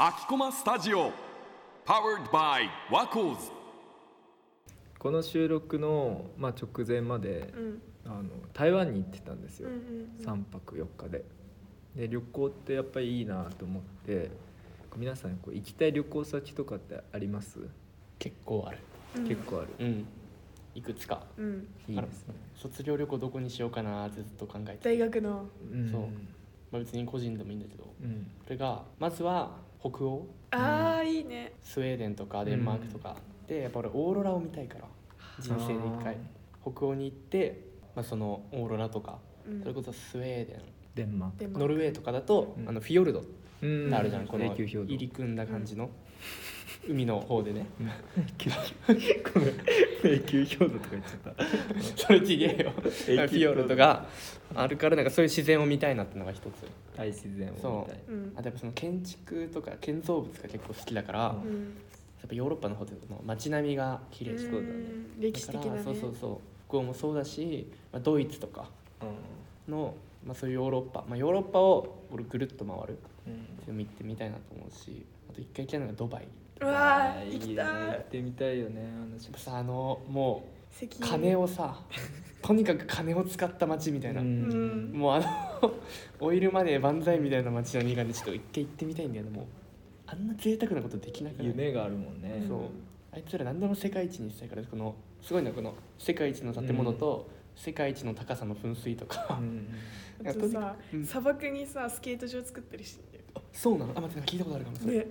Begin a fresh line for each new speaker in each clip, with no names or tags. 秋駒スタジオ Powered by ワコーズ
この収録の、まあ、直前まで
うん
あの台湾に行ってたんです
う
よ、
んうんうん
3泊4日でで旅行ってやっぱりいいなと思って皆さんこう行きたい旅行先とかってあります、
結構ある
うん
結構ある
うんいくつか
うん
いいですね、
卒業旅行どこにしようかなってずっと考えて、
大学の
うん
そうまあ、別に個人でもいいんだけどこ
うん
れがまずは北欧
あーいいね
スウェーデンとかデンマークとか、でやっぱ俺オーロラを見たいから人生で一回北欧に行って、まあ、そのオーロラとか
うん
それこそスウェーデ
デンマ
で
ン
も
ノルウェーとかだと、
うん
あのフィヨルド
ー
っ
クう
てあるじゃん、この
永久
入
氷
り組んだ感じの、海の方でね
河 ごめん永久氷河とか言っちゃ った
それちげえよフ
永久
ィヨルドがあるからなんかそういう自然を見たいなってのが一つ
大自然をみ
そう
たい
うん
あとやっぱその建築とか建造物が結構好きだから、
うん
や
うん
っぱヨーロッパの方での街並みが綺麗
うん歴史的なね
そうそうそう北欧もそうだし、まあ、ドイツとかの、まあ、そういうヨーロッパ、まあ、ヨーロッパを俺ぐるっと回る
うん
でも行ってみたいなと思うしあと一回行きたいのがドバイや
うわ
あ
ー
ー
行
いい
き
よね
た
行
い
ってみたいよねあの
っぱさあのもう金
を
をさとにかく金を使った街みたいな、
うん
もうあのオイルマネー万歳みたいな街の苦手ちょっと一回行ってみたいんだよねもうあんな贅沢なことできなくない
夢があるもんね
そうあいつら何でも世界一にしたいからこのすごいなこの世界一の建物と世界一の高さの噴水と か、
ん
あとさ
うん
砂漠にさスケート場作ったりしてんだよ
そうなのあ待ってなんか聞いたことあるかもそれ、
ね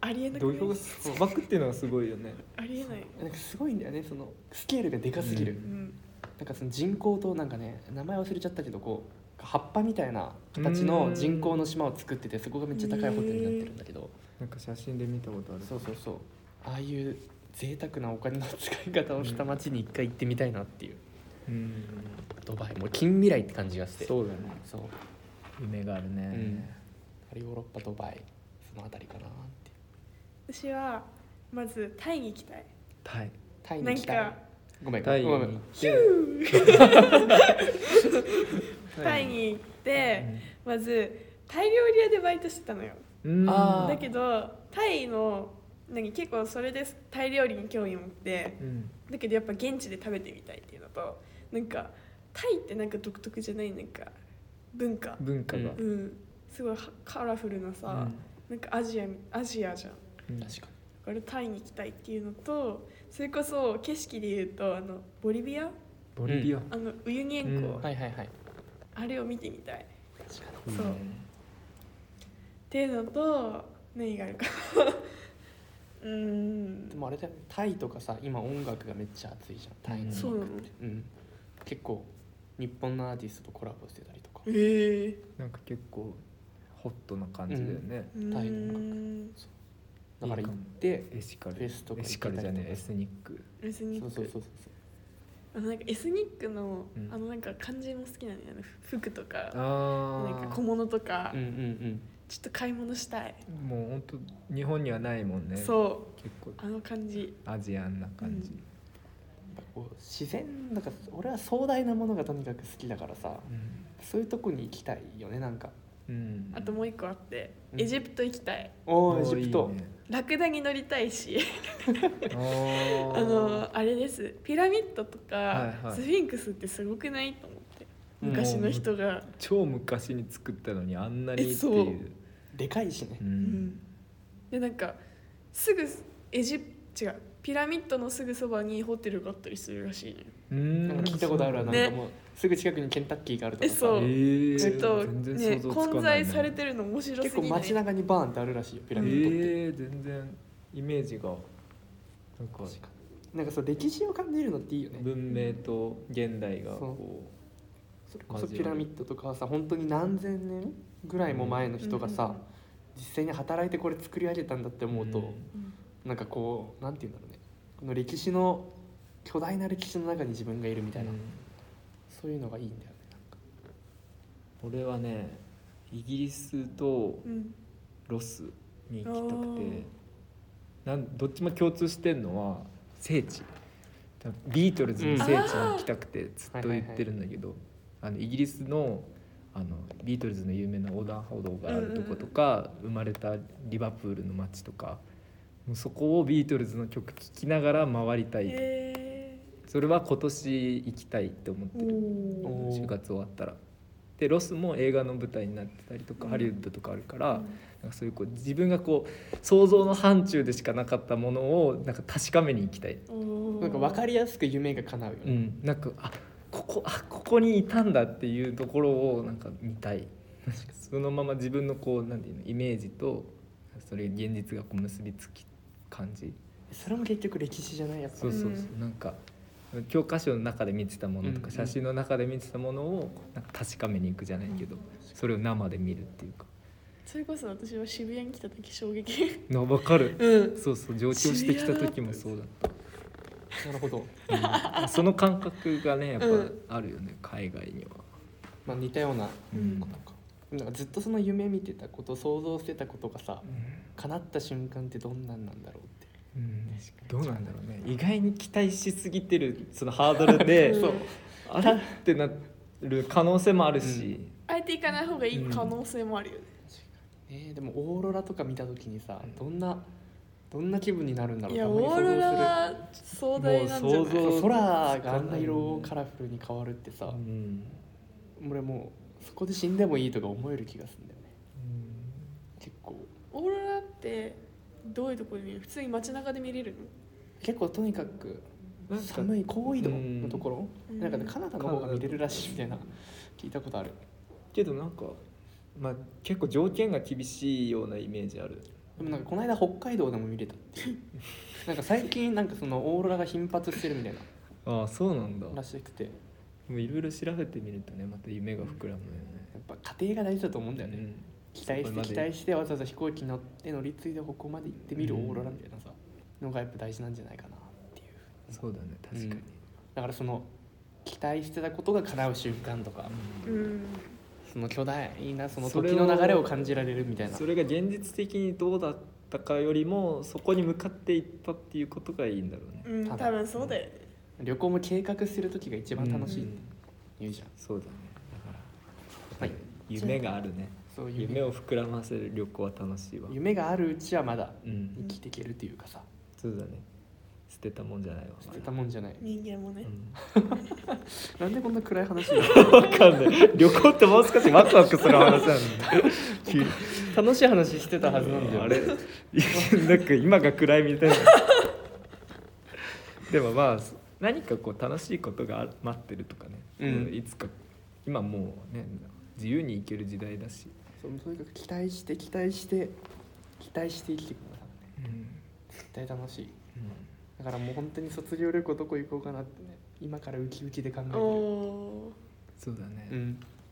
ありえな
土
くな
俵
い
が砂漠っていうのがすごいよね
ありえない
なんかすごいんだよねそのスケールがでかすぎる、
う
うん
なんかその人工となんかね名前忘れちゃったけどこう葉っぱみたいな形の人工の島を作っててそこがめっちゃ高いホテルになってるんだけど、
なんか写真で見たことある
そうそうそうああいう贅沢なお金の使い方をした街に一回行ってみたいなっていう、
うん
ドバイもう近未来って感じがして
そうだね
そう
夢があるね
ヨーロッパドバイその辺りかなって
私はまずタイに行きたい
タイ
タイに
な
行
ん
きたい
か
ごめんご
タイ
め
に
んご
行
め
っ
ん
て
タイに行ってまずタイ料理屋でバイトしてたのよ
うん
あー
だけどタイの何結構それでタイ料理に興味を持って
うん
だけどやっぱ現地で食べてみたいっていうのとなんかタイってなんか独特じゃないなんか文化
文化が
う
うんすごいはカラフルなさ、なんかアジアアジアじゃん
うん
確か
これタイに行きたいっていうのとそれこそ景色で言うとあのボリビア
ボリビア
あのウユニ塩湖、
うん
にはいはいはい
あれを見てみたいっ
確か
いい
そう
ね
ていうのと何があるか うーん
でもあれだよねタイとかさ今音楽がめっちゃ熱いじゃんタイの
そうなの
うん結構日本のアーティストとコラボしてたりとか
ええ
なんか結構ホットな感じだよね
ー、
タイの音楽
の
だから
いい
行
か
っ
も
て
エシカル
フェスとか
エシカルじゃねえエスニック
エスニッ
そ
ク
うそうそうそう
あのなんかエスニックの、
うん
あのなんか感じも好きなのよあの服とか
あ
なんか小物とか、
うんうんうん
ちょっと買い物したい、
あもう本当日本にはないもんね
そ
結構
うあの感じ
アジアンな感じ
やっぱこう自然なんか俺は壮大なものがとにかく好きだからさ
うん
そういうとこに行きたいよねなんか
うん
あともう一個あって、
うん
エジプト行きたい
お
お
ーエ
ー
ジプト
いいね
ラクダに乗りたいし
あ
あ
ー
のあれですピラミッドとか、
はいはい
スフィンクスってすごくないと思って
うん
昔の人が、
超昔に作ったのにあんなにってい
え
う
そう
でかいしね
う
うんんでなんかすぐエジ違うピラミッドのすぐそばにホテルがあったりするらしいね
うん
なんか聞いたことあるわ、
ね
なんかもうすぐ近くにケンタッキーがあるとか
え
さ
そう
ええ
ちょっと、
全然想
ね、
像つか
混
ないね
在されてるの面白すぎない
結構街中にバーンってあるらしいよピラミッドって、
ええ全然イメージがなんか
確かになんかそう歴史を感じるのっていいよね
文明と現代が
そう
こ
それこそピラミッドとかはさ本当に何千年ぐらいも前の人がさ、
うん
実際に働いてこれ作り上げたんだって
う
思うと、
ん
うん
なんかこうなんて言うんだろうねこの歴史の巨大な歴史の中に自分がいるみたいな、
うん
そういうのがいいんだよねなんか
俺はねイギリスと
うん
ロスに行きたく
おー
てなんどっちも共通してんのは聖地ビートルズの聖地に行きたくてずっと言ってるんだけど、あのイギリスのあのビートルズの有名な横断歩道があるとことか、生まれたリバプールの街とかもうそこをビートルズの曲聴きながら回りたい、
え
それは今年行きたいって思ってる
お
おー
就活終わったら。でロスも映画の舞台になってたりとか、
うん
ハリウッドとかあるから、なんかそういうこう自分がこう想像の範疇でしかなかったものをなんか確かめに行きたい
なんか分かりやすく夢が叶うよ
う
ね、
ん、なんかあここあここにいたんだっていうところをなんか見たいそのまま自分のこうなんていうのイメージとそれ現実がこう結びつき感じ
それも結局歴史じゃないやっぱ
そうそうそう、なんか教科書の中で見てたものと
うんう
か
ん
写真の中で見てたものをなんか確かめに行くじゃないけどそれを生で見るっていうか
それこそ私は渋谷に来た時衝撃
な分かる
うん
そうそう上京してきた時もそうだ
なるほど、
った、うんその感覚がねやっぱ
うん
あるよね、海外には。
まあ、似たような
うん
ことかなんかずっとその夢見てたこと想像してたことがさ叶った瞬間ってどんなんなんだろうって
うん
確か
どう
に
なんだろうね意外に期待しすぎてるそのハードルで
そう
あれってなる可能性もあるし、
あえて行かない方がいい可能性もあるよね、
えー、でもオーロラとか見た時にさどんなどんな気分になるんだろう
いや
たまに
オーロラ
想像する
は壮大なんじゃ
も
な
想
い
像
そう空があんな色カラフルに変わるってさ
う、ん
俺もうそこで死んでもいいとか思える気がするんだよね
うん
結構
オーロラってどういうところで見る普通に街中で見れる
結構とにかく
なんか
寒い高緯度のところ、
うん
なんかねカナダの方が見れるらしいみたいな聞いたことある
けどなんか、まあ、結構条件が厳しいようなイメージある
でもなんかこの間北海道でも見れたって いうなんか最近なんかそのオーロラが頻発してるみたいな
ああそうなんだ
らしくてや
いろいろ調べてみるとねまた夢が膨らむよね
っぱ家庭が大事だと思うんだよね、期待
そこ
して
まで
期待してわざわざ飛行機乗って乗り継いでここまで行って見るオーロラみたいなさのがやっぱ大事なんじゃないかなっていう
うんそうだね確かに、
うんだからその期待してたことが叶う瞬間とか
のうん
その巨大なその
それ
時
を
の流れを感じられるみたいな
それが現実的にどうだったかよりもそこに向かっていったっていうことがいいんだろうね
うん
ただ
多分そうだよね
旅行も計画する時が一番楽しい
う
って
ん
言うじゃん、
そうだねだから
はい
夢があるね
そういう
夢
夢
を膨らませる旅行は楽しいわ
夢があるうちはまだ
うん
生きていけるというかさ
そうだね捨てたもんじゃないわ
捨てたもんじゃない
人間もね
う
なんでこんな暗い話なの
ん分かんない旅行ってもう少しワクワクする話なんだ急に
楽しい話してたはずなんだよ
あれ なんか今が暗いみたいなでもまあ何かこう楽しいことがあ待ってるとかね、
うん
いつか今もうね自由に行ける時代だし、
そうとにかく期待して期待して期待して生きていくのがね絶対楽しいだからもう本当に卒業旅行どこ行こうかなってね今からウキウキで考えて
おお
そうだね、
るうん